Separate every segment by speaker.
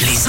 Speaker 1: Les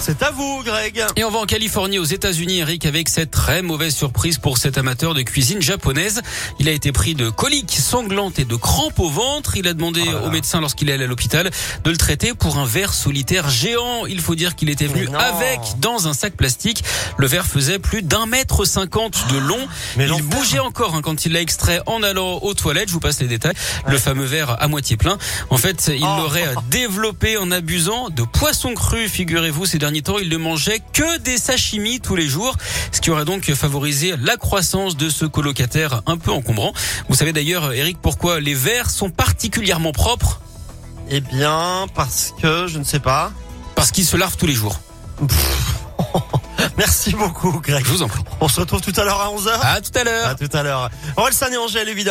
Speaker 2: C'est à vous, Greg.
Speaker 3: Et on va en Californie, aux États-Unis, Eric, avec cette très mauvaise surprise pour cet amateur de cuisine japonaise. Il a été pris de coliques sanglantes et de crampes au ventre. Il a demandé au médecin, lorsqu'il est allé à l'hôpital, de le traiter pour un verre solitaire géant. Il faut dire qu'il était venu
Speaker 2: non.
Speaker 3: avec dans un sac plastique. Le verre faisait plus d'un mètre cinquante de long.
Speaker 2: Mais
Speaker 3: il
Speaker 2: l'enfer.
Speaker 3: bougeait encore hein, quand il l'a extrait en allant aux toilettes. Je vous passe les détails. Le fameux verre à moitié plein. En fait, il
Speaker 2: Oh.
Speaker 3: l'aurait développé en abusant de poissons crus. Figurez-vous, ces derniers temps, il ne mangeait que des sashimi tous les jours, ce qui aurait donc favorisé la croissance de ce colocataire un peu encombrant. Vous savez d'ailleurs, Eric, pourquoi les verres sont particulièrement propres
Speaker 2: Eh bien, parce que je ne sais pas.
Speaker 3: Parce qu'ils se larvent tous les jours.
Speaker 2: Merci beaucoup, Greg.
Speaker 3: Je vous en prie.
Speaker 2: On se retrouve tout à l'heure à 11h.
Speaker 3: À tout à l'heure.
Speaker 2: À tout à l'heure. Orelsan et Angèle, évidemment.